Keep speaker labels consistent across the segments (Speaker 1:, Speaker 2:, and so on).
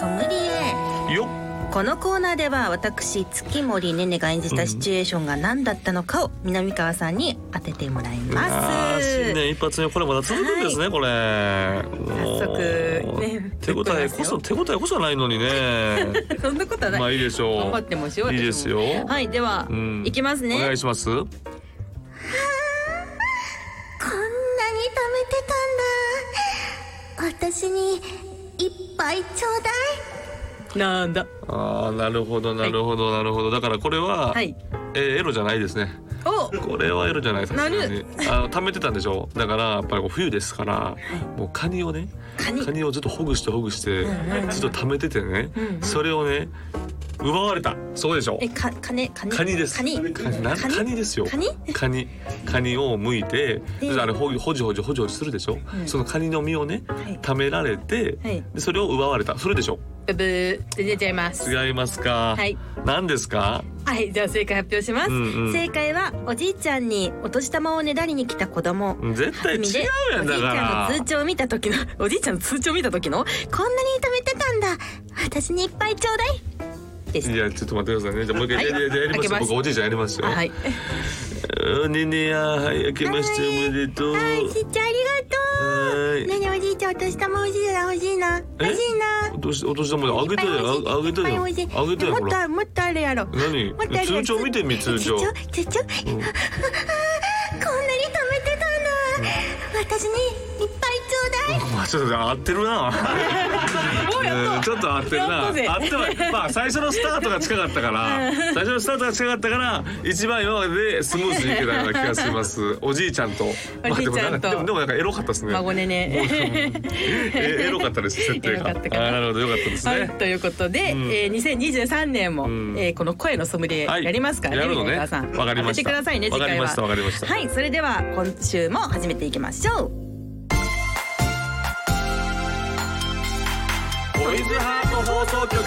Speaker 1: ソムリエ
Speaker 2: よ
Speaker 1: このコーナーでは私月森ねねが演じたシチュエーションが何だったのかを南川さんに当ててもらい
Speaker 2: あ
Speaker 1: ま
Speaker 2: ー
Speaker 1: す
Speaker 2: 新年一発目これまだ続くんですね、これ
Speaker 1: 早速ね
Speaker 2: 手応えこそ手応えこそないのに ね
Speaker 1: そんなことはない、
Speaker 2: まあいいでしょう
Speaker 1: 頑張ってますよ私も
Speaker 2: いいですよ
Speaker 1: はいでは、
Speaker 2: うん
Speaker 1: いきますね
Speaker 2: お願いします
Speaker 3: こんなに貯めてたんだ私にいっぱいちょうだ
Speaker 1: なんだ
Speaker 2: ああなるほどなるほどなるほどだからこれは、
Speaker 1: はい
Speaker 2: えーエロじゃないですね
Speaker 1: お
Speaker 2: これはエロじゃないさすがに
Speaker 1: なる
Speaker 2: あの貯めてたんでしょだからやっぱりこう冬ですからもうカニをね
Speaker 1: カニ
Speaker 2: をずっとほぐしてほぐして
Speaker 1: うんうん
Speaker 2: ずっと貯めててね
Speaker 1: うん
Speaker 2: それをね奪われたそうでしょ
Speaker 1: えか金金
Speaker 2: カニです
Speaker 1: カニ
Speaker 2: カニなカニですよ
Speaker 1: カニ
Speaker 2: カニカニを剥いて
Speaker 1: で
Speaker 2: であれほぎほじほじほじほじするでしょ
Speaker 1: うん
Speaker 2: そのカニの身をね
Speaker 1: い
Speaker 2: 貯められて
Speaker 1: はい
Speaker 2: でそれを奪われたそれでしょ
Speaker 1: ブブーって出ちゃいます
Speaker 2: 違いますか
Speaker 1: はい
Speaker 2: 何ですか
Speaker 1: はいじゃあ正解発表します、
Speaker 2: うんうん
Speaker 1: 正解はおじいちゃんにお年玉をねだりに来た子供
Speaker 2: 絶対違
Speaker 1: 見で
Speaker 2: うやんだから
Speaker 1: おじいちゃんの通帳を見た時のおじいちゃんの通帳を見た時の
Speaker 3: いこんなに貯めてたんだ私にいっぱいちょうだい
Speaker 1: でし
Speaker 2: いやちょっと待ってくださいねじゃあもう一回やりやりやりますよ
Speaker 1: 開けます
Speaker 2: 僕おじいちゃんやります
Speaker 1: た
Speaker 2: よ
Speaker 1: はい
Speaker 2: うんねねやはい明けましておめでとう
Speaker 3: はいちっちゃんあり
Speaker 2: は
Speaker 3: がとうねえねえおじいちゃんお年玉欲しいな欲しいな
Speaker 2: え
Speaker 3: 欲しいない
Speaker 2: お年お年玉であげた
Speaker 3: いっぱい欲しい
Speaker 2: よああげたよ
Speaker 3: いっぱい欲しい
Speaker 2: あげたよ
Speaker 3: も
Speaker 2: ほ
Speaker 3: っ
Speaker 2: ら
Speaker 3: ともっとあるやろ
Speaker 2: 何
Speaker 3: もっとあるやろ
Speaker 2: 通帳見てみ通帳
Speaker 3: 通帳
Speaker 2: うん
Speaker 3: 通帳こんなに貯めてたんだ私にいっぱいちょうだい
Speaker 2: まあちょっとね合ってるなうんちょっと合ってるな
Speaker 1: や
Speaker 2: 合
Speaker 1: っ
Speaker 2: っ
Speaker 1: とぜ
Speaker 2: てはまあ最初のスタートが近かったから最初のスタートが近かったから一番今まででスムーズにいけたような気がし ますおじいちゃんと
Speaker 1: おじいちゃんと
Speaker 2: まあでもなんかでもでもなんかエロかったですね
Speaker 1: 孫ねね
Speaker 2: えエロかった です設定
Speaker 1: エロ
Speaker 2: が
Speaker 1: かったかな
Speaker 2: あーなるほど良かったです
Speaker 1: はい、
Speaker 2: ね
Speaker 1: ということで、
Speaker 2: うん
Speaker 1: えー、2023年も、
Speaker 2: うん
Speaker 1: えーこの声のソムリエ
Speaker 2: はい
Speaker 1: やりますからね、
Speaker 2: やるのね
Speaker 1: 皆さん
Speaker 2: わかりま
Speaker 1: 当
Speaker 2: した
Speaker 1: ててくださいね次回は
Speaker 2: わかりましたわかりました
Speaker 1: はいそれでは今週も始めていきましょう
Speaker 2: ボイズハート放送局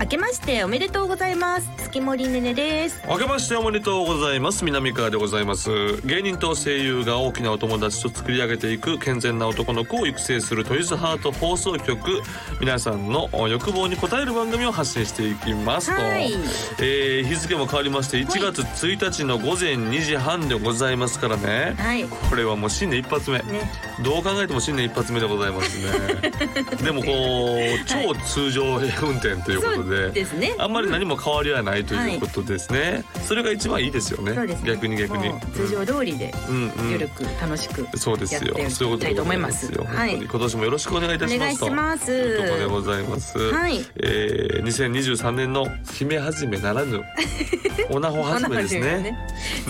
Speaker 1: 明けましておめでとうございます月森ねねです
Speaker 2: 明けましておめでとうございます南川でございます芸人と声優が大きなお友達と作り上げていく健全な男の子を育成するトイズハート放送局皆さんの欲望に応える番組を発信していきますと、
Speaker 1: はい
Speaker 2: えー日付も変わりまして1月1日の午前2時半でございますからね、
Speaker 1: はい
Speaker 2: これはもう新年一発目、
Speaker 1: ね
Speaker 2: どう考えても新年一発目でございま すねでもこう超通常運転ということで,、
Speaker 1: そうですね
Speaker 2: あんまり何も変わりはないということですね、それが一番いいですよね
Speaker 1: そうですね
Speaker 2: 逆に逆に
Speaker 1: もう通常通りで
Speaker 2: うんうん
Speaker 1: ゆるく楽しく
Speaker 2: そうですよ
Speaker 1: やってい
Speaker 2: そうい
Speaker 1: き
Speaker 2: うこと
Speaker 1: た
Speaker 2: で
Speaker 1: いと
Speaker 2: ござ
Speaker 1: 思い
Speaker 2: いま
Speaker 1: ますす
Speaker 2: よ
Speaker 1: はい
Speaker 2: 本当に今年もよろしくお願いいたしますと
Speaker 1: お願いします
Speaker 2: いうところでございます
Speaker 1: はい
Speaker 2: えー、2023年の姫始めなら ぬおなほ始めです
Speaker 1: おなほ始め
Speaker 2: ね
Speaker 1: ね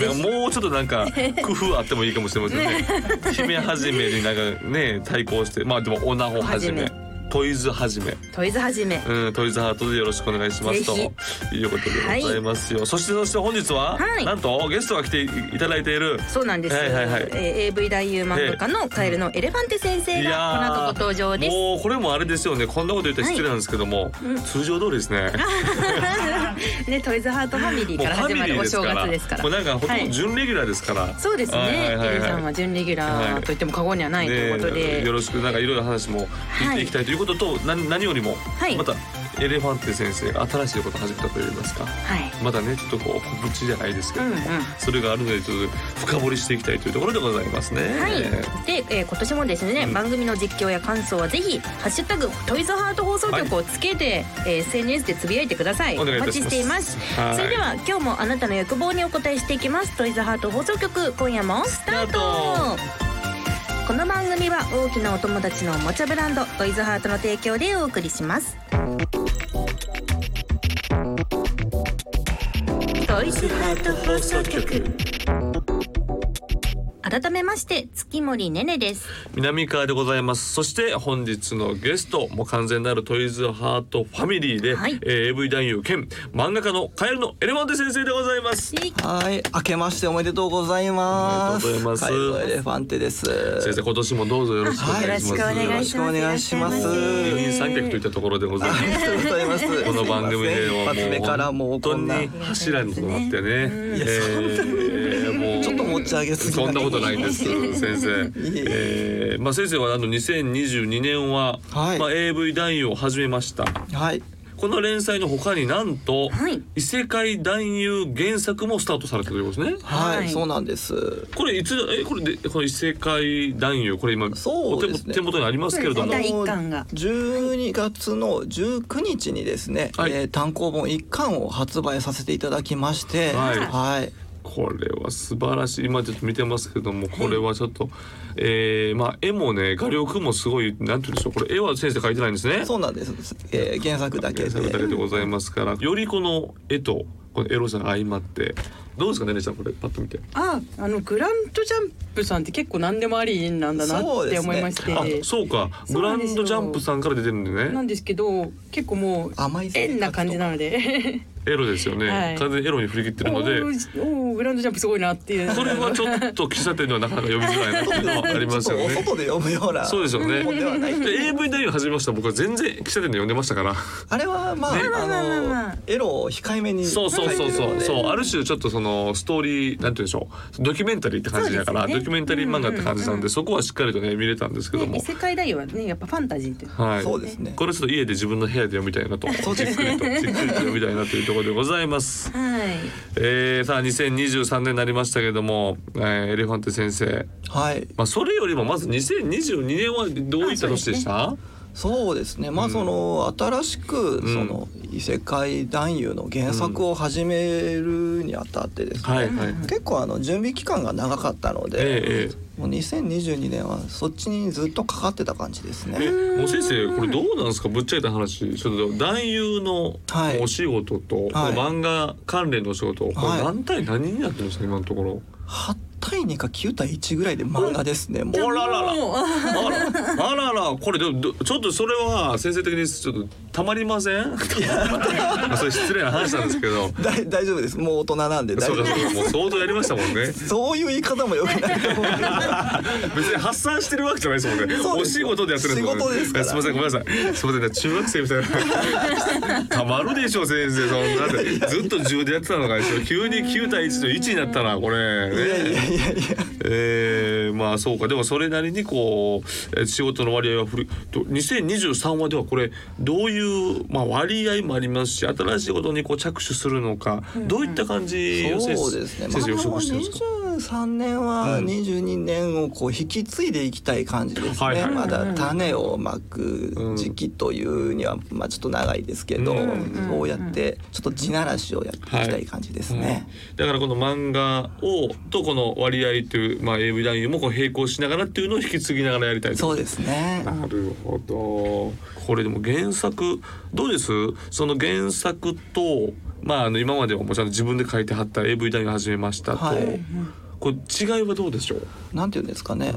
Speaker 2: なんかもうちょっとな んか工夫あってもいいかもしれませんね姫始めになんかね対抗してまあでもおなほ始め
Speaker 1: 始
Speaker 2: トイズ始め、
Speaker 1: トイズ始め
Speaker 2: うん、トイズハートでよろしくお願いしますと
Speaker 1: ぜ
Speaker 2: いうことでございますよ、そしてそして本日は、
Speaker 1: はい
Speaker 2: なんとゲストが来ていただいている
Speaker 1: そうなんですよ、
Speaker 2: はいはいはい
Speaker 1: えー AV 男優漫画家のカエルのエレファンテ先生
Speaker 2: い
Speaker 1: がこ
Speaker 2: や
Speaker 1: の後
Speaker 2: ー
Speaker 1: ご登場です
Speaker 2: もうこれもあれですよねこんなこと言ったら失礼なんですけども、通常通りですね
Speaker 1: ね、トイズハートファミリー
Speaker 2: もう
Speaker 1: から
Speaker 2: ファ
Speaker 1: 始
Speaker 2: ミ
Speaker 1: ま
Speaker 2: リ
Speaker 1: る
Speaker 2: ー
Speaker 1: お
Speaker 2: です
Speaker 1: 正
Speaker 2: から
Speaker 1: 月ですから。
Speaker 2: もうなんかほとん
Speaker 1: は
Speaker 2: ど
Speaker 1: い
Speaker 2: 準レギュラーですから、
Speaker 1: そうですね。
Speaker 2: はい
Speaker 1: エ
Speaker 2: はい
Speaker 1: リ
Speaker 2: は
Speaker 1: さ
Speaker 2: い
Speaker 1: ん
Speaker 2: は
Speaker 1: はい準レギュラーと言っても過言にはないということ
Speaker 2: ね
Speaker 1: で、
Speaker 2: よろしくなんかいろいろ話も聞いていきたいということと、な何よりも、
Speaker 1: い
Speaker 2: またエレファンテ先生が新しいことを始めたといいますか
Speaker 1: はい。
Speaker 2: まだねちょっとこう告知じゃないですけども、
Speaker 1: うんうん
Speaker 2: それがあるのでちょっと深掘りしていきたいというところでございますね。
Speaker 1: はい、で、えー今年もですね、番組の実況や感想はぜひ「ハッシュタグトイズハート放送局」をつけて、えー SNS でつぶやいてください
Speaker 2: お願いいた
Speaker 1: 待
Speaker 2: し
Speaker 1: ち
Speaker 2: ます
Speaker 1: しています
Speaker 2: はい
Speaker 1: それでは今日もあなたの欲望にお答えしていきますトイズハート放送局今夜もスター
Speaker 2: スター
Speaker 1: トこの番組は大きなお友達のおもちゃブランドトイズハートの提供でお送りしますトイズハート放送局改めまして月森ねねです
Speaker 2: 南川でございますそして本日のゲストもう完全なるトイズハートファミリーで、
Speaker 1: はい
Speaker 2: えー AV 男優兼漫画家のカエルのエレマンテ先生でございます
Speaker 4: はい、明けましておめでとうございます。
Speaker 2: おめでとうございます
Speaker 4: カイロエレファンテです。
Speaker 2: 先生今年もどうぞよろしくお願いします、
Speaker 1: はいよろしくお願いします
Speaker 4: よろしくお願い
Speaker 2: 二人
Speaker 4: し
Speaker 2: 三脚といったところでございま
Speaker 4: ますす。ありがとうございます。
Speaker 2: この番組では
Speaker 4: 一発目から
Speaker 2: も
Speaker 4: も
Speaker 2: う本
Speaker 4: う
Speaker 2: 当
Speaker 4: こんな。
Speaker 2: に
Speaker 4: ち
Speaker 2: 柱にとなってね。えーもう
Speaker 4: ょっともう持ち上げすぎ
Speaker 2: そんなことないんです先生、
Speaker 4: え
Speaker 2: えーまあ、先生はあの2022年は、
Speaker 4: はい
Speaker 2: まあ、AV 男優を始めました
Speaker 4: はい
Speaker 2: この連載の他になんと、
Speaker 1: はい
Speaker 2: 異世界男優原作もスタートされたということですね
Speaker 4: はい、
Speaker 1: はい
Speaker 4: そうなんです
Speaker 2: これいつえこれでこの異世界男優これ今
Speaker 4: そ
Speaker 2: お
Speaker 4: う
Speaker 2: 手
Speaker 4: で
Speaker 2: も
Speaker 4: すね
Speaker 2: 手元にありますけれども、
Speaker 1: そうですね第一巻が
Speaker 4: 12月の19日にですね、
Speaker 2: はい
Speaker 4: えー単行本1巻を発売させていただきまして
Speaker 2: はい
Speaker 4: はい、
Speaker 2: これは素晴らしい今ちょっと見てますけどもこれはちょっと、えーまあ絵もね画力もすごいなんて言うんでしょうこれ絵は先生描いてないんですね
Speaker 4: そうなんです、えー原作だけ
Speaker 2: 原
Speaker 4: で
Speaker 2: 作だけでございますからよりこの絵とこのエロさが相まってどうですかねねちゃんこれパッと見て
Speaker 5: ああのグランドジャンプさんって結構何でもありなんだな
Speaker 4: そう
Speaker 5: っ
Speaker 4: で
Speaker 5: て
Speaker 4: すね
Speaker 5: 思いまして、
Speaker 2: あそうか
Speaker 5: そ
Speaker 2: グ
Speaker 5: う
Speaker 2: ラ
Speaker 5: なんです
Speaker 2: ン
Speaker 5: よ
Speaker 2: ドジャンプさんから出てるんで
Speaker 5: な
Speaker 2: ね
Speaker 5: んですけど結構もう
Speaker 4: 甘い生活と
Speaker 5: 変な感じなので
Speaker 2: エロですよね、
Speaker 5: はい
Speaker 2: 完全にエロに振り切ってるので
Speaker 5: おーおーグランドジャンプすごいなっていう
Speaker 2: これはちょっと喫茶店ではなかなか読みづらいなっていうのはありますよ
Speaker 4: ちょっ
Speaker 2: ね
Speaker 4: とお外で読むような
Speaker 2: そうですよね
Speaker 4: 本ではない
Speaker 2: で AV 男優始めました僕は全然喫茶店で読んでましたから
Speaker 4: あれはまあ、
Speaker 2: ね
Speaker 4: あ
Speaker 1: まあまあまあまあ
Speaker 4: のエロを控えめに
Speaker 2: そうそうそう
Speaker 4: 書いてる
Speaker 2: そ
Speaker 4: の
Speaker 2: う
Speaker 4: で
Speaker 2: そうある種ちょっとそのストーリーなんて言うんでしょうドキュメンタリーって感じだから、
Speaker 1: そうですね
Speaker 2: ドキュメンタリー漫画って感じなん
Speaker 1: うん
Speaker 2: で、
Speaker 1: うんうん
Speaker 2: そこはしっかりとね見れたんですけども、
Speaker 1: ね異世界大はねやっぱファンタジーって
Speaker 2: はい
Speaker 4: そうですね
Speaker 2: これちょっと家で自分の部屋で読みたいなと
Speaker 4: そう
Speaker 2: じ
Speaker 4: で
Speaker 2: っ
Speaker 4: す
Speaker 2: くりとじっくりと読みたいなというところでございます。
Speaker 1: はい
Speaker 2: えー、さあ2023年になりましたけども、えー、エレファンテ先生、
Speaker 4: はい
Speaker 2: まあ、それよりもまず2022年はどういった年でした
Speaker 4: そうですねまあその、新しく
Speaker 2: うん
Speaker 4: その異世界男優の原作を始めるにあたってですね、
Speaker 2: はいはい。
Speaker 4: 結構あの準備期間が長かったので、
Speaker 2: えー
Speaker 4: もう2022年はそっちにずっとかかってた感じです
Speaker 2: えー
Speaker 4: ね。
Speaker 2: えもう先生これどうなんですかぶっちゃけた話ちょっと男優の
Speaker 4: はい
Speaker 2: お仕事と、
Speaker 4: はい
Speaker 2: この漫画関連のお仕事、これ
Speaker 4: はい
Speaker 2: 何対何になってるんですか今のところ。
Speaker 4: 8対2か9対1ぐらいで漫画ですね。もう
Speaker 2: おららら
Speaker 5: もうあ
Speaker 2: あらあららこれどどちょっとそれは先生的にちょっとたまりま せんそれ失礼な話なんですけ ど
Speaker 4: だい大丈夫です。もう大人なんで大
Speaker 2: そ
Speaker 4: 丈
Speaker 2: うか
Speaker 4: 夫
Speaker 2: そうかもう相当やりましたもんね
Speaker 4: そういう言い方もよくないと思うんで。
Speaker 2: 別に発散してるわけじゃないですもんね
Speaker 4: そう
Speaker 2: お
Speaker 4: です
Speaker 2: 仕事でやってるんもんね
Speaker 4: 仕事ですから
Speaker 2: いやすみませんごめんなさいすみません中学生みたい なたまるでしょ先生そんなでずっと10でやってたのが急に9対1の1になったなこれね
Speaker 4: いやいやいやいや。
Speaker 2: えー、まあそうかでもそれなりにこうえー仕事の割合は振りと2023話ではこれどういう、まあ、割合もありますし新しいことにこう着手するのか、どういった感じを先生
Speaker 4: そうですね。まあ
Speaker 2: 先生予測してるんですか
Speaker 4: 23年は22年をこう引き継いでいきたい感じです
Speaker 2: はい
Speaker 4: ね。
Speaker 2: はい
Speaker 4: まだ種をまく時期というにはまあちょっと長いですけど
Speaker 2: うん、
Speaker 4: そうやってちょっと地ならしをやっていきたい感じですね。
Speaker 2: うんだからこの漫画をとこの割合という、まあ、AV 男優もこう並行しながらっていうのを引き継ぎながらやりたいと
Speaker 4: そうですね。
Speaker 2: なるほど。これでも原作どうです？その原作とまああの今まではもちろん自分で書いてはった AV 男優始めましたと、
Speaker 4: はい
Speaker 2: これ違いはどうでしょう？
Speaker 4: なんていうんですかね。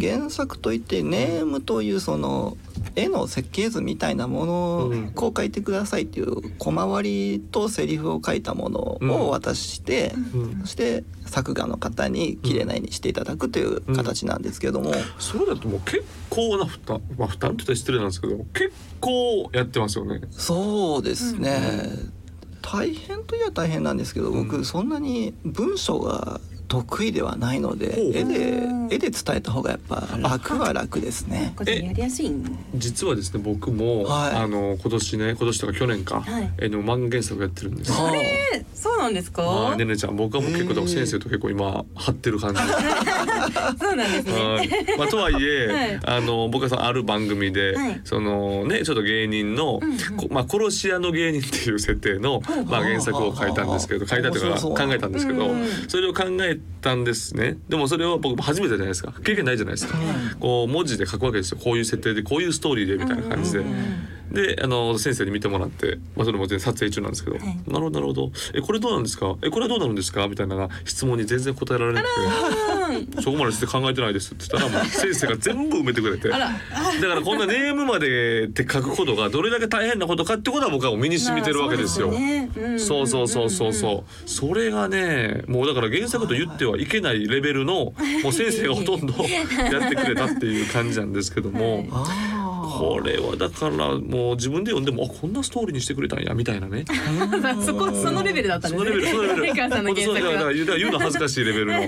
Speaker 4: 原作といってネームというその絵の設計図みたいなものを
Speaker 2: うん
Speaker 4: こう書いてくださいっていう小回りとセリフを書いたものをお渡しして、
Speaker 2: うん
Speaker 4: そして作画の方に綺麗な絵にしていただくという形なんですけども、
Speaker 2: それだともう結構な負担まあ負担って言ったら失礼なんですけど結構やってますよね。
Speaker 4: そうですね、大変といえば大変なんですけど僕そんなに文章が得意ではないので、
Speaker 2: ほう
Speaker 4: 絵で絵で伝えた方がやっぱ楽は楽ですね。
Speaker 1: 個人やりやすいん
Speaker 2: 実はですね僕も、
Speaker 4: はい
Speaker 2: あの今年ね今年とか去年か、
Speaker 1: はい
Speaker 2: えの漫画原作やってるんです。
Speaker 5: えそうなんです
Speaker 2: まあ
Speaker 5: か
Speaker 2: ねねちゃん僕はもう結構だから先生と結構今張ってる感じ。
Speaker 5: そうなんですね
Speaker 2: はいまあ、とはいえ、
Speaker 5: はい
Speaker 2: あの僕はそのある番組で、
Speaker 1: はい
Speaker 2: そのねちょっと芸人の、こまあ、殺し屋の芸人っていう設定の、まあ、原作を書いたんですけど
Speaker 4: はあ
Speaker 2: 書いたという
Speaker 4: 面
Speaker 2: か
Speaker 4: 白そう
Speaker 2: 考えたんですけどそれを考えたんですねでもそれを僕初めてじゃないですか経験ないじゃないですか、こう文字で書くわけですよこういう設定でこういうストーリーでみたいな感じで。であの先生に見てもらって、まあ、それも全然撮影中なんですけど「
Speaker 1: い
Speaker 2: なるほどなるほどえこれどうなんですかえこれはどうなるんですか?」みたいなのが質問に全然答えられなくて。そこまでして考えてないですって言ったらもう先生が全部埋めてくれてだからこんなネームまでって書くことがどれだけ大変なことかってことは僕はもう身に染みてるわけですよ。そうそうそうそうそうそれがねもうだから原作と言ってはいけないレベ ルのもう先生がほとんどやってくれたっていう感じなんですけども
Speaker 4: あー
Speaker 2: これはだからもう自分で読んでもあこんなストーリーにしてくれたんやみたいなね
Speaker 5: そこそのレベルだったん
Speaker 2: そ
Speaker 5: で
Speaker 2: の
Speaker 5: す
Speaker 2: レベル
Speaker 5: ね
Speaker 2: そのレベル
Speaker 5: レカーさん
Speaker 2: 本
Speaker 5: の原
Speaker 2: 当そうだから
Speaker 5: 作
Speaker 2: だか
Speaker 5: は
Speaker 2: ら言うだから言うの恥ずかしいレベルの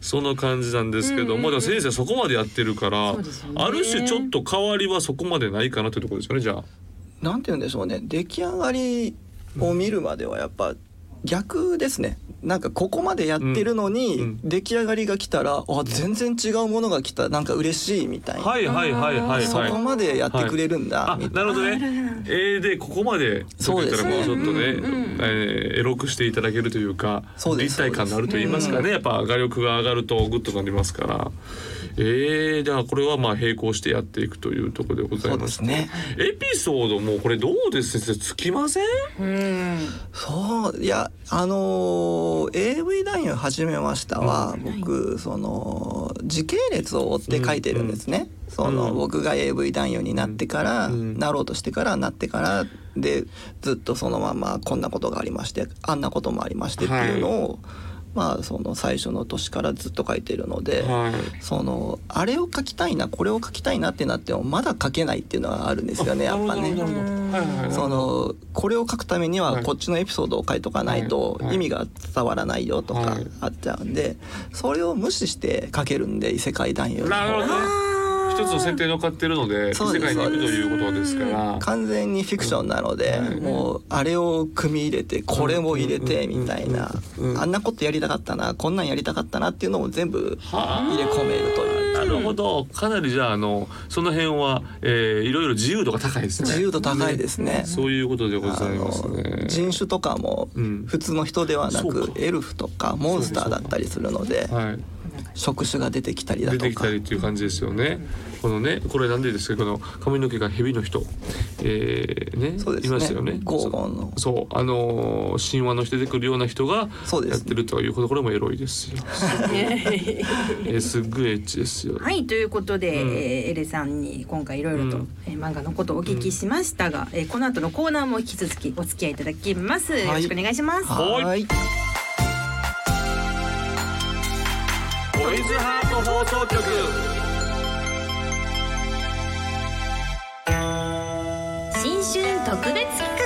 Speaker 2: その感じなんですけどもでも先生はそこまでやってるから、
Speaker 5: そうですよね
Speaker 2: ある種ちょっと変わりはそこまでないかなというところですよねじゃあ。
Speaker 4: なんて言うんでしょうね出来上がりを見るまではやっぱ逆ですねなんかここまでやってるのに、
Speaker 2: うんうん
Speaker 4: 出来上がりが来たらあ全然違うものが来たなんか嬉しいみたいな、
Speaker 2: はいはいはいはいはい。
Speaker 4: そこまでやってくれるんだ、
Speaker 2: あ
Speaker 4: みた
Speaker 2: な
Speaker 4: い
Speaker 2: るほどね。A でここまで
Speaker 4: そうです
Speaker 2: もうちょっとね、
Speaker 5: うんうんうん
Speaker 2: えーエロくしていただけるというか
Speaker 4: そうです
Speaker 2: 立体感のあると言いますかね、やっぱ画力が上がるとグッとなりますから。えー、じゃあこれはまあ並行してやっていくというところでござ
Speaker 4: そ
Speaker 2: いう
Speaker 4: で
Speaker 2: ますす。
Speaker 4: ね
Speaker 2: エピソードもこれどうです先生つきません？
Speaker 5: うん
Speaker 4: そういやあのー AV 男優始めましたは、僕その時系列を追って書いてるんですね、その、
Speaker 2: うん
Speaker 4: 僕が AV 男優になってから、
Speaker 2: うん
Speaker 4: なろうとしてからなってからでずっとそのままこんなことがありましてあんなこともありましてっていうのを、まあその最初の年からずっと書いてるので。
Speaker 2: はい。
Speaker 4: そのあれを書きたいなこれを書きたいなってなってもまだ書けないっていうのがあるんですよねやっぱね。
Speaker 2: なるほどなるほどはいはいはい
Speaker 4: そのこれを書くために
Speaker 2: は
Speaker 4: はいこっちのエピソードを書いとかないと
Speaker 2: はいはい
Speaker 4: 意味が伝わらないよとか
Speaker 2: はい
Speaker 4: あっちゃうんでそれを無視して書けるんで異世界男優の
Speaker 2: なるほど
Speaker 4: 方
Speaker 2: ね
Speaker 4: が。
Speaker 2: 一つの選定に乗っかってるので異
Speaker 4: そう
Speaker 2: 世
Speaker 4: です
Speaker 2: 界に行くということですから。
Speaker 4: 完全にフィクションなので、
Speaker 2: うん
Speaker 4: もうあれを組み入れてこれも入れてみたいな、
Speaker 2: うんうん
Speaker 4: あんなことやりたかったなこんなんやりたかったなっていうのを全部
Speaker 2: はあ
Speaker 4: 入れ込めるという
Speaker 2: なるほど。かなりじゃああのその辺は、えー、いろいろ自由度が高いですね。
Speaker 4: 自由度高いですね。
Speaker 2: そういうことでございます
Speaker 4: あの
Speaker 2: ね。
Speaker 4: 人種とかも
Speaker 2: うん
Speaker 4: 普通の人ではな
Speaker 2: そう
Speaker 4: く
Speaker 2: か
Speaker 4: エルフとかモンスターだったりするので
Speaker 2: はい。
Speaker 4: 触手が出てきたりだ
Speaker 2: 出
Speaker 4: とか
Speaker 2: てきたりっていう感じですよね。このね、これなんでですか。この髪の毛が蛇の人、えー、ね
Speaker 4: そうですね
Speaker 2: いましたよね。
Speaker 4: ゴーゴンの
Speaker 2: そそうあのー神話の人出てくるような人が
Speaker 4: そうで
Speaker 2: や
Speaker 4: す
Speaker 2: っ
Speaker 4: ね
Speaker 2: てるということこれもエロいです よ。えー、すっごいエッチですよ。
Speaker 1: はいということで、
Speaker 2: うん
Speaker 1: えーエレさんに今回いろいろと、
Speaker 2: うん
Speaker 1: えー漫画のことをお聞きしましたが、えーこの後のコーナーも引き続きお付き合いいただきます、
Speaker 4: い
Speaker 1: よろしくお願いします
Speaker 2: はい
Speaker 4: はい
Speaker 2: ボイズハート放送局。
Speaker 1: 新春特別企画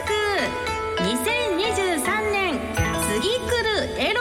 Speaker 1: 2023年次来るエロ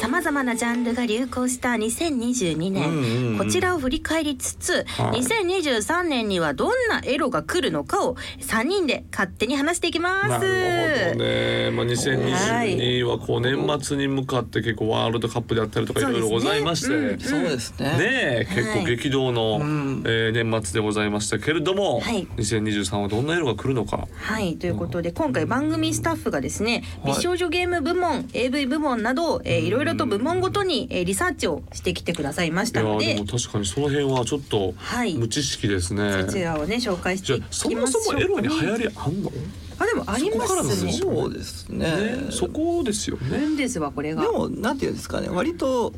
Speaker 1: さまざまなジャンルが流行した2022年、
Speaker 2: うんうんうん
Speaker 1: こちらを振り返りつつ、
Speaker 2: はい
Speaker 1: 2023年にはどんなエロが来るのかを3人で勝手に話していきます。
Speaker 2: なるほどね。まあ2022はこう年末に向かって結構ワールドカップであったりとかいろいろございまして。
Speaker 4: そうですね
Speaker 2: ねえ結構激動の、
Speaker 4: ん
Speaker 2: えー年末でございましたけれども、
Speaker 1: はい
Speaker 2: 2023はどんな色が来るのか
Speaker 1: はいということで今回番組スタッフがですね
Speaker 4: はい
Speaker 1: 美少女ゲーム部門 AV 部門など、えーいろいろと部門ごとに、えーリサーチをしてきてくださいまし
Speaker 2: いや
Speaker 1: たの
Speaker 2: ー
Speaker 1: で
Speaker 2: でも確かにその辺はちょっと
Speaker 1: はい
Speaker 2: 無知識ですね、
Speaker 1: こちらをね紹介して
Speaker 2: じゃ
Speaker 1: い
Speaker 2: あそ
Speaker 1: き
Speaker 2: も
Speaker 1: ましょう
Speaker 2: そもエロに流行りあんの、
Speaker 1: あでもありま
Speaker 2: そこからなん
Speaker 1: す
Speaker 2: で
Speaker 1: ね
Speaker 2: すよ
Speaker 4: そうですね
Speaker 2: ね、そこですよね
Speaker 1: なんですわこれ
Speaker 4: で
Speaker 1: が
Speaker 4: もなんていうんですかね割と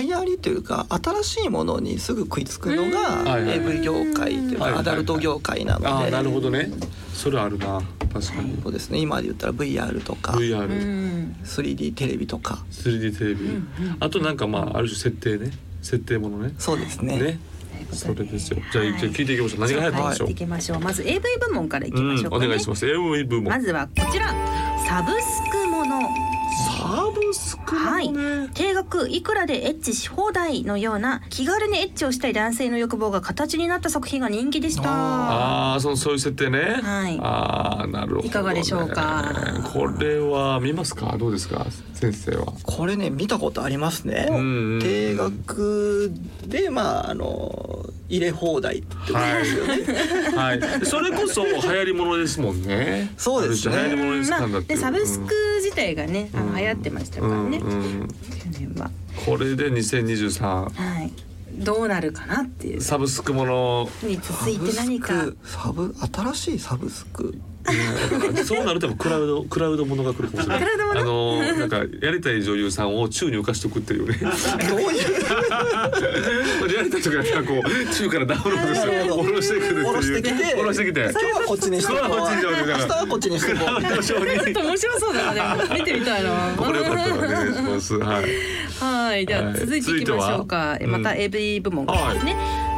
Speaker 4: 流行りというか新しいものにすぐ食いつくのが
Speaker 2: うん
Speaker 4: AV 業界という
Speaker 2: はいはいはい
Speaker 4: かアダルト業界な
Speaker 2: あ
Speaker 4: の
Speaker 2: あ
Speaker 4: で
Speaker 2: なるほどねそれあるな確かに、
Speaker 4: そうですね今で言ったら VR とか
Speaker 2: VR、
Speaker 1: うん、
Speaker 4: 3D テレビとか
Speaker 2: 3D テレビ、あとなんかまあある種設定ね設定ものね
Speaker 4: そうですね
Speaker 2: ねそれですよじゃあ、
Speaker 1: はい
Speaker 2: じゃあ聞いていきましょう何が流行ったんでしょう、
Speaker 1: いきましょうまず AV 部門からいきましょう
Speaker 2: うん、
Speaker 1: か
Speaker 2: お
Speaker 1: ね、
Speaker 2: 願いします。AV 部門。
Speaker 1: まずはこちらサブスクもの
Speaker 2: サブスク
Speaker 1: は
Speaker 2: の
Speaker 1: い
Speaker 2: ね、
Speaker 1: 定額いくらでエッチし放題のような気軽にエッチをしたい男性の欲望が形になった作品が人気でした
Speaker 2: ああ、そのそういう設定ね。
Speaker 1: はい
Speaker 2: ああ、なるほど、ね。
Speaker 1: いかがでしょうか
Speaker 2: これは見ますか。どうですか、先生は。
Speaker 4: これね見たことありますね
Speaker 2: うんうんうん
Speaker 4: 定額でまああの入れ放題ってことですよね、
Speaker 2: はい。それこそ流行りものですもんね。
Speaker 4: そうですね
Speaker 2: ある種流行りものです
Speaker 1: ま
Speaker 2: 感だ
Speaker 1: あ
Speaker 2: って
Speaker 1: で
Speaker 2: いう。
Speaker 1: サブスク自体がね、あ
Speaker 2: うん
Speaker 1: の流行ってましたからね、
Speaker 2: うんうん
Speaker 1: 去年は
Speaker 2: これで2023
Speaker 1: はいどうなるかなっていう
Speaker 2: サブスクもの。
Speaker 1: に続いて何か
Speaker 4: サブスクサブ新しいサブスク
Speaker 2: そうなるとクラウドクラウドものが来るかもしれない。
Speaker 1: クラウドも
Speaker 2: あのなんかやりたい女優さんを宙に浮かしとくっていうね。
Speaker 4: どういう
Speaker 2: リアリティ とかやったらこう中からダウンロードして
Speaker 4: なるほど
Speaker 2: 下ろしてくるっていう
Speaker 4: 下ろしてきて
Speaker 2: 下ろしてきて
Speaker 4: 今日はこっちにしてこう
Speaker 2: 今日はこっちにしようみたいな
Speaker 4: 明日はこっちにしてこうみたいな
Speaker 2: 非常
Speaker 5: ちょっ
Speaker 2: に
Speaker 5: と面白そうだなでも見てみたいな
Speaker 2: これよかったらお願いしますはい
Speaker 5: はいで
Speaker 2: は
Speaker 5: はい続いていきましょうか、
Speaker 2: 続いては
Speaker 5: また
Speaker 2: うん
Speaker 5: AV 部門からですね、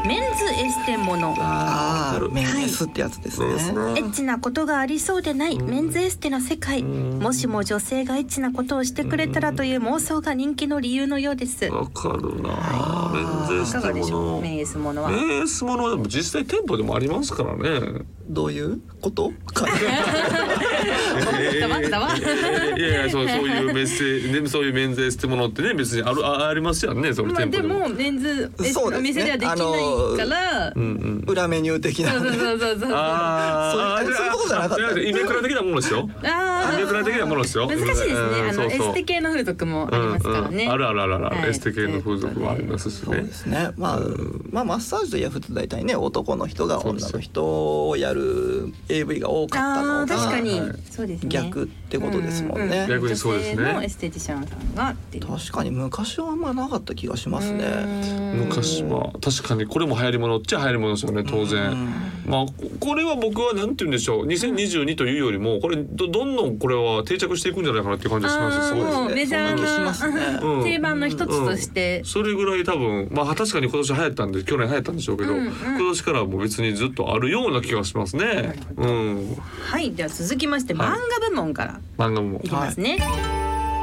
Speaker 5: メンズエステもの
Speaker 4: ああメン
Speaker 6: はい
Speaker 4: ヘスってやつです
Speaker 2: そう
Speaker 4: ね
Speaker 2: ですね
Speaker 6: エッチなことがありそうでないメンズエステの世界もしも女性がエッチなことをしてくれたらという妄想が人気の理由のようです
Speaker 2: わかるなメンズエ
Speaker 5: い
Speaker 2: ス
Speaker 5: かが
Speaker 2: テ
Speaker 5: で
Speaker 2: も
Speaker 5: しょう
Speaker 2: の
Speaker 5: メン
Speaker 2: メ
Speaker 5: エスものは
Speaker 2: ンエスものはでも実際店舗でもありますからね
Speaker 4: どういうことか
Speaker 5: たわたわ
Speaker 2: い やいやそうそういうメッセージ、ね、そういう免税してものってね別にあるあありますよねその
Speaker 5: まあ
Speaker 2: 店舗
Speaker 5: で
Speaker 2: でも。
Speaker 5: もメンズエステ
Speaker 4: そうですね
Speaker 5: の店ではできないから、
Speaker 2: うんうん。
Speaker 4: 裏メニュー的な
Speaker 5: そうそうそうそうそうあ
Speaker 2: あー
Speaker 4: そういうそういうことじゃなかった
Speaker 2: あ違う違うイメクラ的なものですよ。
Speaker 5: あ
Speaker 2: イメクラ的なものですよ。
Speaker 5: 難しいですね、
Speaker 2: うん
Speaker 5: あの
Speaker 2: そうそう
Speaker 5: エステ系の風俗もありますからね、
Speaker 2: うんうん、あるあるあるある、
Speaker 5: はい
Speaker 2: エステ系の風俗もありますし
Speaker 4: そう
Speaker 2: ね
Speaker 4: で。すね。まあ、まあマッサージといえば普通大体ね男の人が女の人をやる AV が多か
Speaker 5: あ
Speaker 4: っ
Speaker 5: ー
Speaker 4: たの
Speaker 5: 確か
Speaker 4: が
Speaker 5: に、
Speaker 2: はい
Speaker 5: そうですね
Speaker 4: 逆ってことですもんね。
Speaker 2: 逆にそうですね
Speaker 5: 女性のエステティシャンさんがっていう
Speaker 4: 確かに昔はあんまなかった気がしますね。
Speaker 2: 昔は確かにこれも流行り物っちゃ流行り物ですよね当然、まあここれは僕はなんて言うんでしょう2022というよりもこれどどんどんこれは定着していくんじゃないかなっていう感じがします
Speaker 5: あ
Speaker 2: す
Speaker 5: ー
Speaker 2: ごいです
Speaker 5: もうメジャ
Speaker 4: そんな気しますね
Speaker 5: ー
Speaker 2: う
Speaker 5: なん定番の一つとして、
Speaker 2: それぐらい多分まあ確かに今年流行ったんで去年流行ったんでしょうけど、
Speaker 5: うんうん
Speaker 2: 今年からはもう別にずっとあるような気がしますね。うん、
Speaker 5: はいでは続きまして、
Speaker 2: はい
Speaker 5: 漫画部門から
Speaker 2: 漫画も
Speaker 5: いきますね、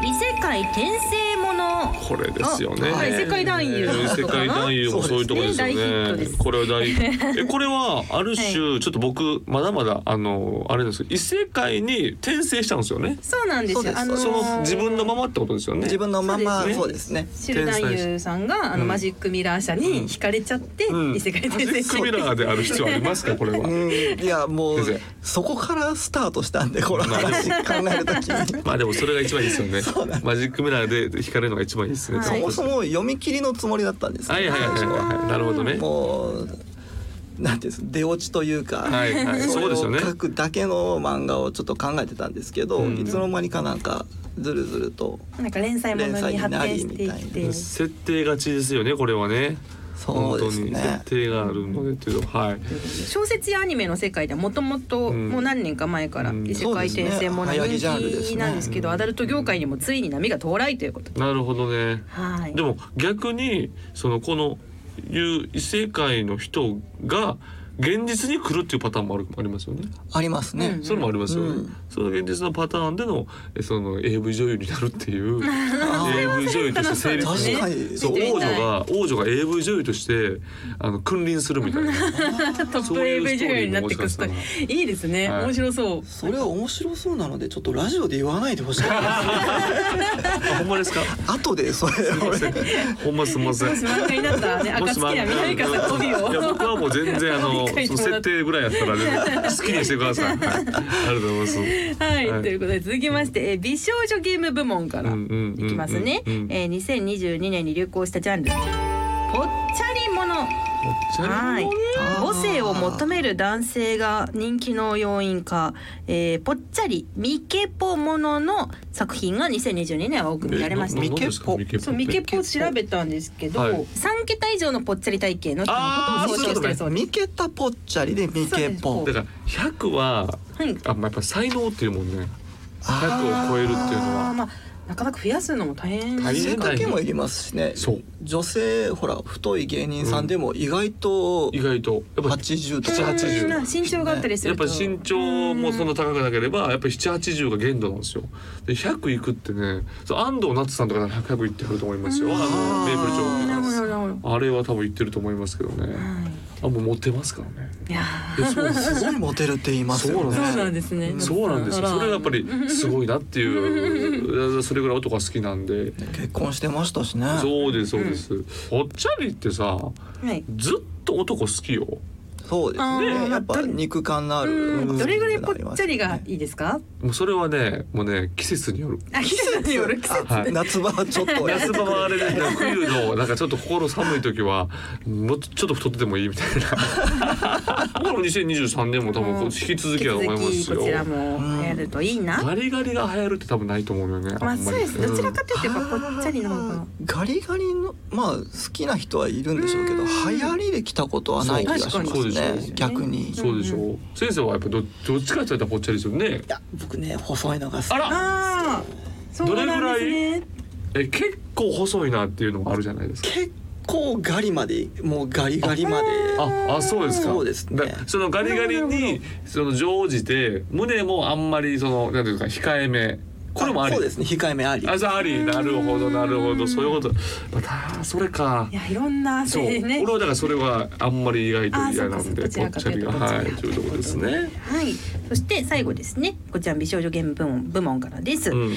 Speaker 5: 異世界転生もの
Speaker 2: これですよね。
Speaker 5: あはい、世界男優
Speaker 2: えー世界男優もそういうとこですよ
Speaker 5: そうですね大ヒット
Speaker 2: ね
Speaker 5: で。す
Speaker 2: これは大 えこれはある種ちょっと僕まだまだあのあれなんですけど異世界に転生したんですよね。
Speaker 5: そうなんです
Speaker 4: そ
Speaker 5: よ
Speaker 4: うです
Speaker 5: あのー
Speaker 2: その自分のままってことですよね。
Speaker 4: 自分のまま
Speaker 2: そ
Speaker 4: そううですね。
Speaker 5: シル男優さんがあの、
Speaker 2: うん
Speaker 5: マジックミラー社に惹かれちゃって、
Speaker 2: うん
Speaker 5: 異世界
Speaker 2: マジ
Speaker 5: 転生
Speaker 2: ッ
Speaker 5: して
Speaker 2: クミラーである必要ありますかこれは。
Speaker 4: うん、いやもう
Speaker 2: 先生
Speaker 4: そこからスタートしたんで この話考えるときに。
Speaker 2: まあでもそれが一番いいですよね。マジックミラーで惹かれるのが一番いいですね。
Speaker 5: はい
Speaker 4: そもそも読み切りのつもりだったんです
Speaker 2: はい
Speaker 4: けど
Speaker 2: はいはいはいはい。なるほどね。
Speaker 4: もうなんていうんです出落ちというか、
Speaker 2: はいはい
Speaker 4: れ
Speaker 2: そうですよね
Speaker 4: を書くだけの漫画をちょっと考えてたんですけど、
Speaker 2: うん
Speaker 4: いつの間にかなんかずるずると
Speaker 5: なんか連載ものに発展していっ
Speaker 4: 連載になりみた
Speaker 5: て
Speaker 4: いな
Speaker 2: 設定がちですよねこれはね。
Speaker 4: そうですね
Speaker 2: 本当に設定があるのでっていうのははい。
Speaker 5: 小説やアニメの世界ではもともと
Speaker 2: うん
Speaker 5: もう何年か前から
Speaker 2: うん
Speaker 5: 異世界転生もの
Speaker 4: そうですね
Speaker 5: 人気なんですけど、
Speaker 2: 流行りジャンルですね
Speaker 5: アダルト業界にもついに波が到来ということで、
Speaker 2: なるほどね。
Speaker 5: はい
Speaker 2: でも逆にそのこのいう異世界の人が現実に来るっていうパターンもあるありますよね。
Speaker 4: ありますね。
Speaker 2: それもありますよね。
Speaker 4: うん
Speaker 2: その現実のパターンでのえその AV 女優になるって いう。
Speaker 4: あ
Speaker 2: AV 女優として成立する
Speaker 4: 確かに
Speaker 2: そう
Speaker 5: 見て
Speaker 2: 王
Speaker 5: み
Speaker 2: 女
Speaker 5: たい
Speaker 2: が王女が AV 女優としてあの君臨するみたいな。
Speaker 5: トッ
Speaker 2: そう
Speaker 5: プ
Speaker 2: いう
Speaker 5: AV
Speaker 2: ストー
Speaker 5: 女優
Speaker 2: リー
Speaker 5: になってくスタイル
Speaker 2: ももしか
Speaker 5: いいですね、
Speaker 2: はい
Speaker 5: 面白そう
Speaker 4: それは面白そうなのでちょっとラジオで言わないでほ しい。
Speaker 2: あほんまですか。
Speaker 4: 後でそれを
Speaker 2: ほんますんません
Speaker 5: も。し漫画になったらね暁や南川さん帯
Speaker 2: いや
Speaker 5: を
Speaker 2: 僕はもう全然あの
Speaker 5: 一回
Speaker 2: その設定ぐらいやったら、ね、好きにしてください。 はい、ありがとうございます。
Speaker 5: はい、
Speaker 2: はい
Speaker 5: ということで続きまして、えー美少女ゲーム部門から
Speaker 2: うんうんうんうん
Speaker 5: いきますね、
Speaker 2: うん
Speaker 5: えー、2022年に流行したジャンルぽっちゃりものはい母性を求める男性が人気の要因か、えー、ぽっちゃりミケポものの作品が2022年は多く見られました
Speaker 2: えななんですか
Speaker 4: ミ
Speaker 5: そうミケ
Speaker 2: ポ
Speaker 5: ポ調べたんですけど、
Speaker 2: は
Speaker 5: 三
Speaker 2: い
Speaker 5: 桁以上のぽっちゃり体型の人のことを総称してるそうです。
Speaker 4: ミケタポッチャリでミケポ
Speaker 2: だ。から100は
Speaker 5: はい
Speaker 2: あまあやっぱ才能っていうもんね。100を
Speaker 4: あ
Speaker 2: 超えるっていうの
Speaker 5: あー
Speaker 2: は
Speaker 5: まあなかなか増やすのも大変
Speaker 2: 大
Speaker 4: 背
Speaker 2: 変だよ
Speaker 4: 丈もいりますしね
Speaker 2: そう。
Speaker 4: 女性ほら太い芸人さんでも意外と
Speaker 2: 意外とやっぱ
Speaker 4: 80と
Speaker 2: 七
Speaker 4: か
Speaker 2: 八十
Speaker 5: うん身長があったりす
Speaker 2: やっ
Speaker 5: る
Speaker 2: ぱ
Speaker 5: と。
Speaker 2: 身長もそんな高くなければやっぱり780が限度なんですよ。で100いくってねそう安藤夏さんとかなら100いってはると思いますよ。あのメープル町
Speaker 5: なるほど
Speaker 2: の
Speaker 5: なるほど。は
Speaker 2: あれは多分いってると思いますけどね。あもう持ってますからね。
Speaker 5: い。いや
Speaker 2: いやそうなん です
Speaker 4: すごいモテるって言いますよ
Speaker 2: そう
Speaker 4: ね。
Speaker 2: な
Speaker 5: ーそうなんですね。
Speaker 2: そうなんですよ。
Speaker 5: あら
Speaker 2: それがやっぱりすごいなって いう、それぐらい男が好きなんで。
Speaker 4: 結婚してましたしね。
Speaker 2: そうですそうです。ぽっちゃりってさ、
Speaker 5: はい。
Speaker 2: ずっと男好きよ。
Speaker 4: そうです
Speaker 5: あ
Speaker 4: ね
Speaker 5: ー
Speaker 4: やっぱ肉感のある
Speaker 5: うん、どれぐらいぽっちゃり
Speaker 4: ありま
Speaker 5: が
Speaker 4: すね
Speaker 5: いいですか？
Speaker 2: もうそれはねもうね季節による
Speaker 5: あ、季節による季節。
Speaker 4: あ夏場はちょっと
Speaker 2: 夏場はあれで、ね、冬のなんかちょっと心寒い時はもうちょっと太っててもいいみたいなこれも2023年も多分こう引き続きだと思いま
Speaker 5: 引き
Speaker 2: す
Speaker 5: 続きこちら
Speaker 2: よ
Speaker 5: もやるといいな。
Speaker 2: ガリガリが流行るって多分ないと思うよね
Speaker 5: ま
Speaker 2: あ
Speaker 5: あ
Speaker 2: ん
Speaker 5: そ
Speaker 2: ま
Speaker 5: う
Speaker 2: り
Speaker 5: です。どちらかというとやっぱ
Speaker 4: あー
Speaker 5: ぽっちゃりの方が。
Speaker 4: ガリガリのまあ好きな人はいるんでしょうけど流行りで来たことはない気がしま
Speaker 2: そう
Speaker 4: す
Speaker 2: 確かに
Speaker 4: ね逆に
Speaker 2: そうでしょう、先生はやっぱどどっちかって言ったらぽっちゃりですよね
Speaker 4: 僕ね細いのが好き
Speaker 2: あら
Speaker 5: ああ、そうなんですね。
Speaker 2: え結構細いなっていうのもあるじゃないですか
Speaker 4: 結構ガリまでもうガリガリまで
Speaker 2: あ、あ、そうですか。
Speaker 4: そうですね
Speaker 2: だそのガリガリに、その乗じて、胸もあんまり、その、なんていうか、控えめ。これもあり。
Speaker 4: そうですね控えめあり
Speaker 2: あ、そうあり、なるほど、なるほど、そういうこと。また、それか
Speaker 5: い。やいろんな
Speaker 2: そう、
Speaker 5: 汗ね
Speaker 2: 俺。はだから、それはあんまり意外と嫌なんで、
Speaker 5: あそうかそうかどち
Speaker 2: ぽっ
Speaker 5: らか
Speaker 2: ちゃ
Speaker 5: と
Speaker 2: り
Speaker 5: いうと
Speaker 2: が、はい、
Speaker 5: どちらか
Speaker 2: と
Speaker 5: というと
Speaker 2: いうところですね。
Speaker 5: はい。そして最後ですね。こちら美少女ゲーム部門部門からです。
Speaker 2: うん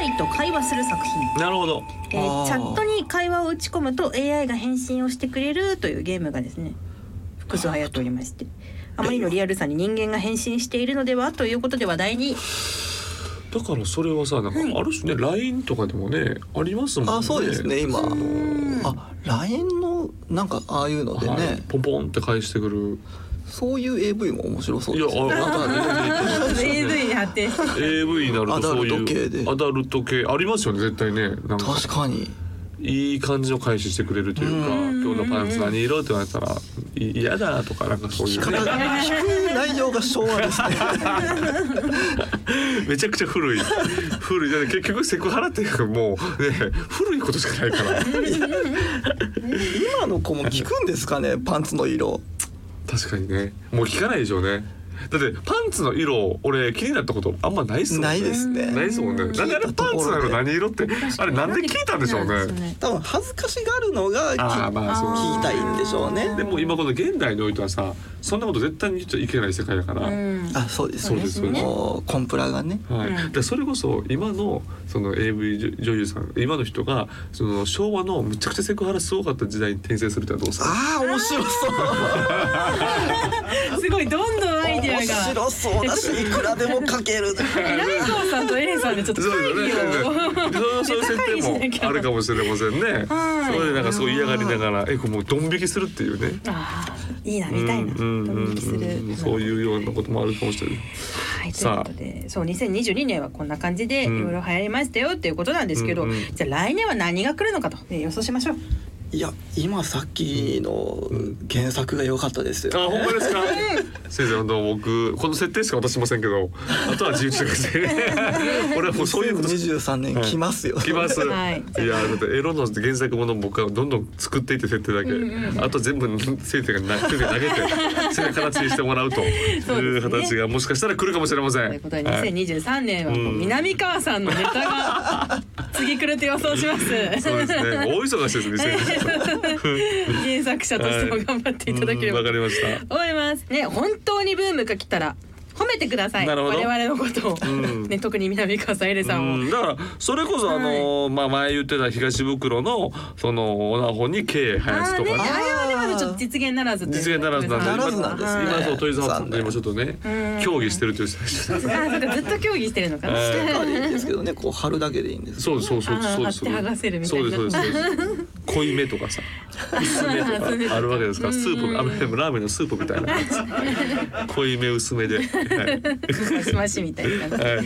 Speaker 5: AI と会話する作品。
Speaker 2: なるほど。
Speaker 5: えー
Speaker 4: あー
Speaker 5: チャットに会話を打ち込むと AI が返信をしてくれるというゲームがですね複数流行っておりましてあまりのリアルさに人間が返信しているのではということで話題に
Speaker 2: だから、それはさ、なんか、ある種ね、ラインとかでもね、ありますもんね。
Speaker 4: あそうですね今あ LINE のなんかああいうのでね、
Speaker 2: はい。ポンポンって返してくる。
Speaker 4: そういう AV も面白そう
Speaker 2: いや、
Speaker 4: ですね
Speaker 2: あ、また
Speaker 5: AV に発展して
Speaker 2: AV になるとそういう
Speaker 4: アダルト系で
Speaker 2: アダルト系ありますよね絶対ねなんか
Speaker 4: 確 かに
Speaker 2: いい感じの返ししてくれるというか「今日のパンツ何色?」って言われたら「い嫌だ」とかなんかそうい
Speaker 4: 聞
Speaker 2: う
Speaker 4: か
Speaker 2: ね
Speaker 4: な聞く内容が昭和ですね
Speaker 2: めちゃくちゃ古い古いだって結局セクハラっていうかもうね古いことしかないから
Speaker 4: 今の子も聞くんですかねパンツの色
Speaker 2: 確かにねもう聞かないでしょうねだってパンツの色俺気になったことあんまないっすもんね
Speaker 4: ないですね
Speaker 2: ないですもんねなんであれ
Speaker 4: 聞いた
Speaker 2: パ
Speaker 4: と
Speaker 2: ン
Speaker 4: こ
Speaker 2: ツな
Speaker 4: ろ
Speaker 2: の
Speaker 4: で
Speaker 2: 何色ってあれなんで聞いたんでしょうね
Speaker 4: 多分恥ずかしがるのがき
Speaker 2: あーまあそう
Speaker 4: 聞きたいんでしょうね
Speaker 2: でも今この現代においてはさそんなこと絶対に言っちゃいけない世界だから、
Speaker 4: あそうです
Speaker 2: そうですそうです
Speaker 4: もうコンプラがね
Speaker 2: はい、だからそれこそ今のその AV 女女優さん今の人がその昭和のむちゃくちゃセクハラすごかった時代に転生するってのはどうする
Speaker 4: ああ面白そう
Speaker 5: すごいどんどんアイデア
Speaker 4: 面
Speaker 5: が
Speaker 4: 白そうだしいくらでも書ける
Speaker 5: ライゾーさんと A さんでちょっと
Speaker 2: そう
Speaker 5: 会
Speaker 2: で
Speaker 5: 議
Speaker 2: すよね
Speaker 5: を。
Speaker 2: そうそういう設定もあるかもしれませんね。
Speaker 5: はい
Speaker 2: それでなんかそう嫌がりながら、え、こうもうドン引きするっていうね。
Speaker 5: あーいいなみたいな
Speaker 2: う
Speaker 5: ド
Speaker 2: ん
Speaker 5: ン引きす
Speaker 2: うん
Speaker 5: る
Speaker 2: そういうようなこともあるかもしれない。
Speaker 5: はい、という
Speaker 2: さ
Speaker 5: こ
Speaker 2: あ
Speaker 5: とでそう2022年はこんな感じでい
Speaker 2: うん
Speaker 5: ろいろ流行りましたよっていうことなんですけど、
Speaker 2: うんうん
Speaker 5: じゃあ来年は何が来るのかと、えー予想しましょう。
Speaker 4: いや今さっきの原作が良かったですよ
Speaker 2: あ、ほんまですか。先生、あの、僕、この設定しか渡しませんけど、あとは自由中学生。 俺はもうそういうことしか
Speaker 4: 23年来ますよ、
Speaker 2: 来ます。
Speaker 5: はい
Speaker 2: い、やだってエロの原作もの僕はどんどん作っていって設定だけ、あと全部先生がな先生が投げてそれ形にしてもらうと
Speaker 5: そう
Speaker 2: い
Speaker 5: で
Speaker 2: う
Speaker 5: すね
Speaker 2: 形がもしかしたら来るかもしれません。
Speaker 5: ということで
Speaker 2: はい
Speaker 5: 2023年はこう
Speaker 2: うん
Speaker 5: 南川さんのネタが次来ると予想します。
Speaker 2: そうですね。大忙しですね。
Speaker 5: 原作者としても頑張っていただければ
Speaker 2: わか
Speaker 5: と
Speaker 2: りました。
Speaker 5: 思います。ね本当にブームが来たら褒めてください。
Speaker 2: なるほど
Speaker 5: 我々のことを、
Speaker 2: ん
Speaker 5: ね特に南川さんエレさんを。
Speaker 2: うん、だからそれこそあの、まあ前言ってた東袋のそのオナホに K ハ
Speaker 5: あ
Speaker 2: ヤツ
Speaker 5: ー
Speaker 2: とか、
Speaker 5: ね、あれはねまだちょっと実現ならずという
Speaker 2: 実現ならずなんで
Speaker 4: ならずなんですね
Speaker 2: 今そうトイズハウスで
Speaker 4: 残
Speaker 2: 今
Speaker 4: 念
Speaker 2: ちょっとね協議してるという最初なんで
Speaker 5: あそうかずっと協議してるのかな。
Speaker 4: ステッカーでいいんですけどねこう貼るだけでいいんです
Speaker 2: そうですそうです
Speaker 5: あー
Speaker 2: そうです
Speaker 5: 貼って剥がせるみたいな
Speaker 2: そうですそうですそうです濃いめとかさ薄めとかあるわけですからスープあのラーメンのスープみたいなやつ濃いめ薄めで、はい
Speaker 5: マシマシみたいな感じ。
Speaker 2: はい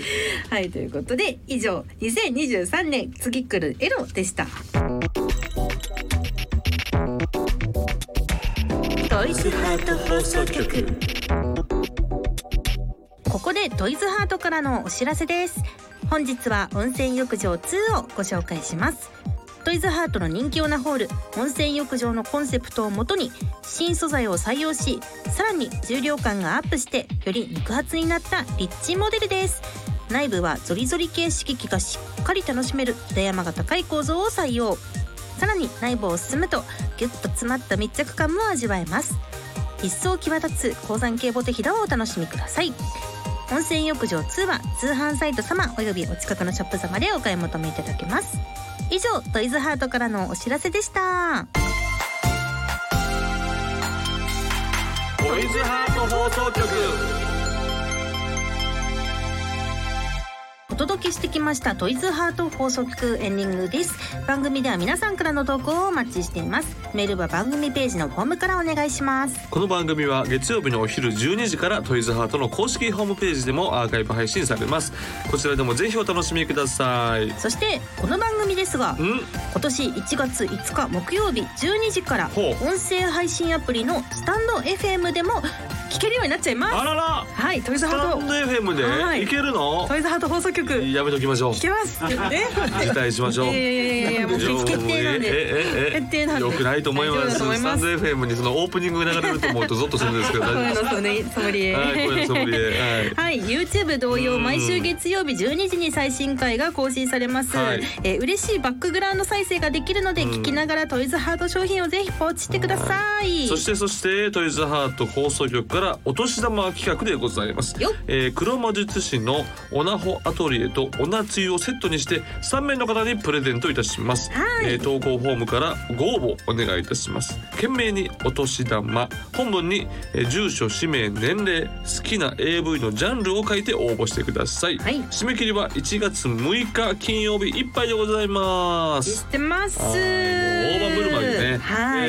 Speaker 5: はい、ということで以上2023年次来るエロでした。
Speaker 1: トイズハート放送局ここでトイズハートからのお知らせです本日は温泉浴場2をご紹介しますトイズハートの人気オナホール温泉浴場のコンセプトをもとに新素材を採用しさらに重量感がアップしてより肉厚になったリッチモデルです内部はゾリゾリ系刺激がしっかり楽しめる枝山が高い構造を採用さらに内部を進むとギュッと詰まった密着感も味わえます一層際立つ鉱山系ボテヒダをお楽しみください温泉浴場2は通販サイト様およびお近くのショップ様でお買い求めいただけます以上トイズハートからのお知らせでした
Speaker 2: ズハート放送局
Speaker 1: お届けしてきましたトイズハート放送局エンディングです番組では皆さんからの投稿をお待ちしていますメールは番組ページのホームからお願いします
Speaker 2: この番組は月曜日のお昼12時からトイズハートの公式ホームページでもアーカイブ配信されますこちらでもぜひお楽しみください
Speaker 1: そしてこの番組ですが
Speaker 2: ん
Speaker 1: 今年1月5日木曜日12時から
Speaker 2: ほう
Speaker 1: 音声配信アプリのスタンド FM でも聞けるようになっちゃいます
Speaker 2: あらら
Speaker 1: はいトイズ
Speaker 2: ス
Speaker 1: ハ
Speaker 2: タ
Speaker 1: ー
Speaker 2: ンド FM
Speaker 1: は
Speaker 2: で
Speaker 1: い
Speaker 2: いけるの
Speaker 1: トイズハート放送局聞
Speaker 2: やめときましょう
Speaker 1: けますえ
Speaker 2: 辞退しましょう
Speaker 1: いやいやいやいやもう決定なんで
Speaker 2: ええええ
Speaker 1: 決定なんで
Speaker 2: よくないと思いま
Speaker 1: 大丈夫だ
Speaker 2: す
Speaker 1: と思い
Speaker 2: スタ
Speaker 1: ま
Speaker 2: ン
Speaker 1: す
Speaker 2: ド FM にそのオープニング流れると思うとゾッとするんですけど大丈夫
Speaker 1: 声
Speaker 2: です
Speaker 1: のソムリエソムリエ
Speaker 2: はい声のソムリエはい
Speaker 1: はい、YouTube 同様毎週月曜日12時に最新回が更新されます、
Speaker 2: はい
Speaker 1: えー嬉しいバックグラウンド再生ができるので聞きながらトイズハート商品をぜひポーチしてください、
Speaker 2: そしてそしてトイズハート放送局からお年玉企画でございます
Speaker 1: よっ。
Speaker 2: えー、黒魔術師のオナホアトリエとオナつゆをセットにして3名の方にプレゼントいたします。えー投稿フォームからご応募お願いいたします。懸命にお年玉、本文に、えー住所、氏名、年齢、好きな AV のジャンルを書いて応募してください。
Speaker 1: はい
Speaker 2: 締め切りは1月6日金曜日いっぱいでございます。
Speaker 1: してます
Speaker 2: はいもう大盤振る舞いでね。
Speaker 1: はい、
Speaker 2: え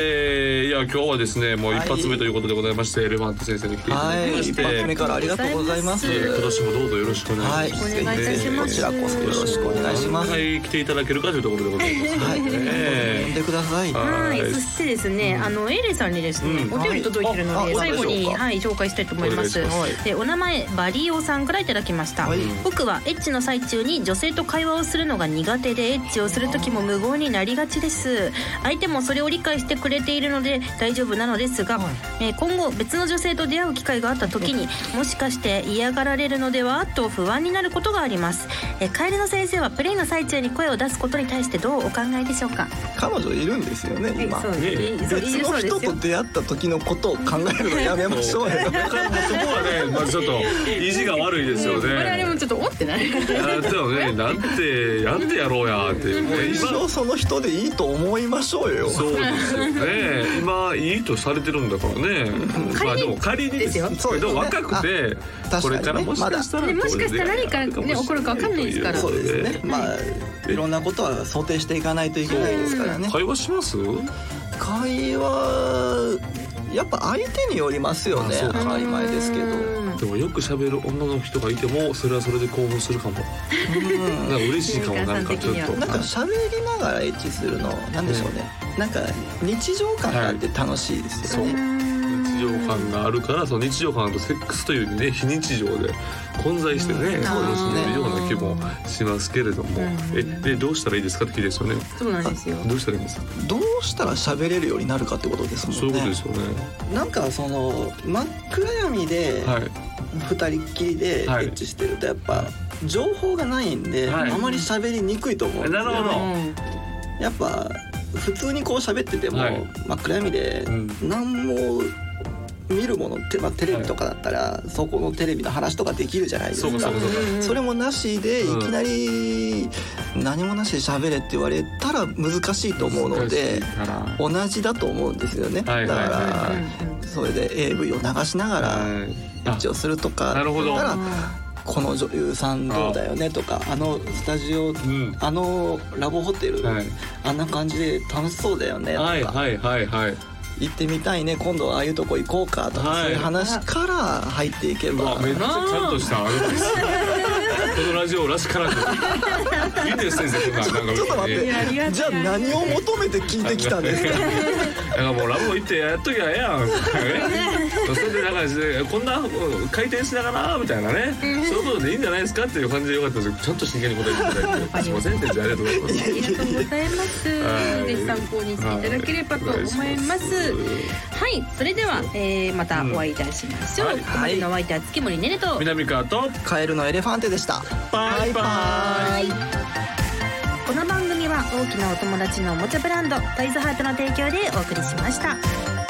Speaker 2: ーいや今日はですねもう一発目ということでございまして、エレファント先生に来ていた
Speaker 4: は
Speaker 2: だき
Speaker 4: い、
Speaker 2: ま
Speaker 4: 一
Speaker 2: して、
Speaker 4: 発目からありがとうございます。
Speaker 2: えー今年もどうぞよろしくお願
Speaker 4: はいい、
Speaker 2: します。
Speaker 1: お願いいたします
Speaker 4: こちらこそよろしくお願いします。
Speaker 2: は
Speaker 4: はい、
Speaker 2: い来ていただけるかというところでございます。
Speaker 4: 呼んでください。
Speaker 2: は
Speaker 1: はい
Speaker 2: はい
Speaker 1: そしてですね、あのエイレイさんにですね、
Speaker 2: うん
Speaker 1: お便り届いてるの
Speaker 4: は
Speaker 1: で、
Speaker 4: いあ
Speaker 1: 最後
Speaker 4: あそうでしょ
Speaker 1: に
Speaker 4: うか
Speaker 1: はい紹介したいと思います。
Speaker 2: お願いしま
Speaker 1: でお名前バリオさんからいただきました、
Speaker 4: はい
Speaker 1: 僕はエッチの最中に女性と会話をするのが苦手でエッチをする時も無言になりがちです。相手もそれを理解してくれているので大丈夫なのですが、えー今後別の女性と出会う機会があった時にもしかして嫌がられるのではと不安になることがあります。えーカエルの先生はプレイの最中に声を出すことに対してどうお考えでしょうか。
Speaker 4: 彼女いるんですよね、今。
Speaker 1: そうです
Speaker 4: 別の人と出会った時のことを考えるのやめましょうよ。
Speaker 2: そこはね、まあ、ちょっと意地が悪いですよ
Speaker 5: 我々
Speaker 2: ね。
Speaker 5: もちょっとおってない
Speaker 2: やってもね、なんてやってやろうやっていうね。
Speaker 4: 一
Speaker 2: 今
Speaker 4: 生その人でいいと思いましょうよ。
Speaker 2: そうですよね。今いいとされてるんだからね。まあでも仮にですよ。
Speaker 4: ですよ
Speaker 2: でも若くて
Speaker 4: あ確か
Speaker 2: こ
Speaker 4: にね
Speaker 2: れからもしかしたら
Speaker 5: まだねもしかしたら何かね起こるかわかんないですから
Speaker 4: そうですね。まあ、いろんなことは想定していかないといけないですからね。
Speaker 2: 会話します？
Speaker 4: 会話やっぱ相手によりますよね
Speaker 2: あそうか
Speaker 4: 当たり前ですけど
Speaker 2: でもよく喋る女の人がいてもそれはそれで興奮するかも。なんか嬉しいかもなんかちょっと。
Speaker 4: なんか喋りながらエッチするのなんでしょうね、なんか日常感があって楽しいですよね、
Speaker 2: 日常感があるからその日常感とセックスというね非日常で混在してね、
Speaker 4: ん
Speaker 2: 楽しんでるような気もしますけれども、えでどうしたらいいですかって聞いてですよね
Speaker 5: そうなんですよ
Speaker 2: どうしたらいいんですか
Speaker 4: どうしたら喋れるようになるかってことですもんね
Speaker 2: そういうことですよね
Speaker 4: なんかその真っ暗闇で
Speaker 2: はい
Speaker 4: 二人っきりでエ
Speaker 2: はい
Speaker 4: ッチしてるとやっぱ情報がないんで、
Speaker 2: はい
Speaker 4: あまり喋りにくいと思うんですよ、ね、
Speaker 2: なるほど
Speaker 4: やっぱ普通にこう喋ってても、
Speaker 2: はい
Speaker 4: 真っ暗闇で
Speaker 2: う
Speaker 4: 何も見るものって、まあ、テレビとかだったら、そこのテレビの話とかできるじゃないです
Speaker 2: そう
Speaker 4: か
Speaker 2: かそうかそうか、
Speaker 4: それもなしでい
Speaker 2: うん
Speaker 4: きなり何もなしで喋れって言われたら難しいと思うので
Speaker 2: は
Speaker 4: 同じだと思うんですよね、
Speaker 2: はいはいはいはい
Speaker 4: だからそれで AV を流しながら
Speaker 2: い
Speaker 4: 一応するとか
Speaker 2: なるほど
Speaker 4: だからこの女優さんどうだよねとかあのスタジオ
Speaker 2: うん
Speaker 4: あのラボホテル、
Speaker 2: はい
Speaker 4: あんな感じで楽しそうだよねとか、
Speaker 2: はいはいはいはい
Speaker 4: 行ってみたいね今度はああいうとこ行こうかとか、
Speaker 2: はい
Speaker 4: そういう話から入っていけ
Speaker 2: う
Speaker 4: ば
Speaker 2: わめっちゃちゃんとしたあれですこのラジオらしからずいいです先生こんなんなんか
Speaker 4: ちょっと待っ
Speaker 2: 別にね
Speaker 4: てじゃあ何を求めて聞いてきたんですか
Speaker 2: だからもうラボ行ってやっときゃええやんそれでなんかしてこんな回転しながらみたいなねそういうことでいいんじゃないですかっていう感じでよかったですけどちゃんと真剣に答えていただいてすいません先生ありがとうございます
Speaker 5: ありがとうございます。
Speaker 2: はい
Speaker 5: ぜひ参考にしていただければと思います。
Speaker 2: は
Speaker 5: はいい、それでは、えーまたお会いいたしましょ
Speaker 2: うんは
Speaker 5: う。
Speaker 2: い
Speaker 5: ここまでのお相手は月森ねねと。
Speaker 2: 南川と
Speaker 4: カエルのエレファンテでした
Speaker 2: バイバイ
Speaker 1: この番組は大きなお友達のおもちゃブランドトイズハートの提供でお送りしました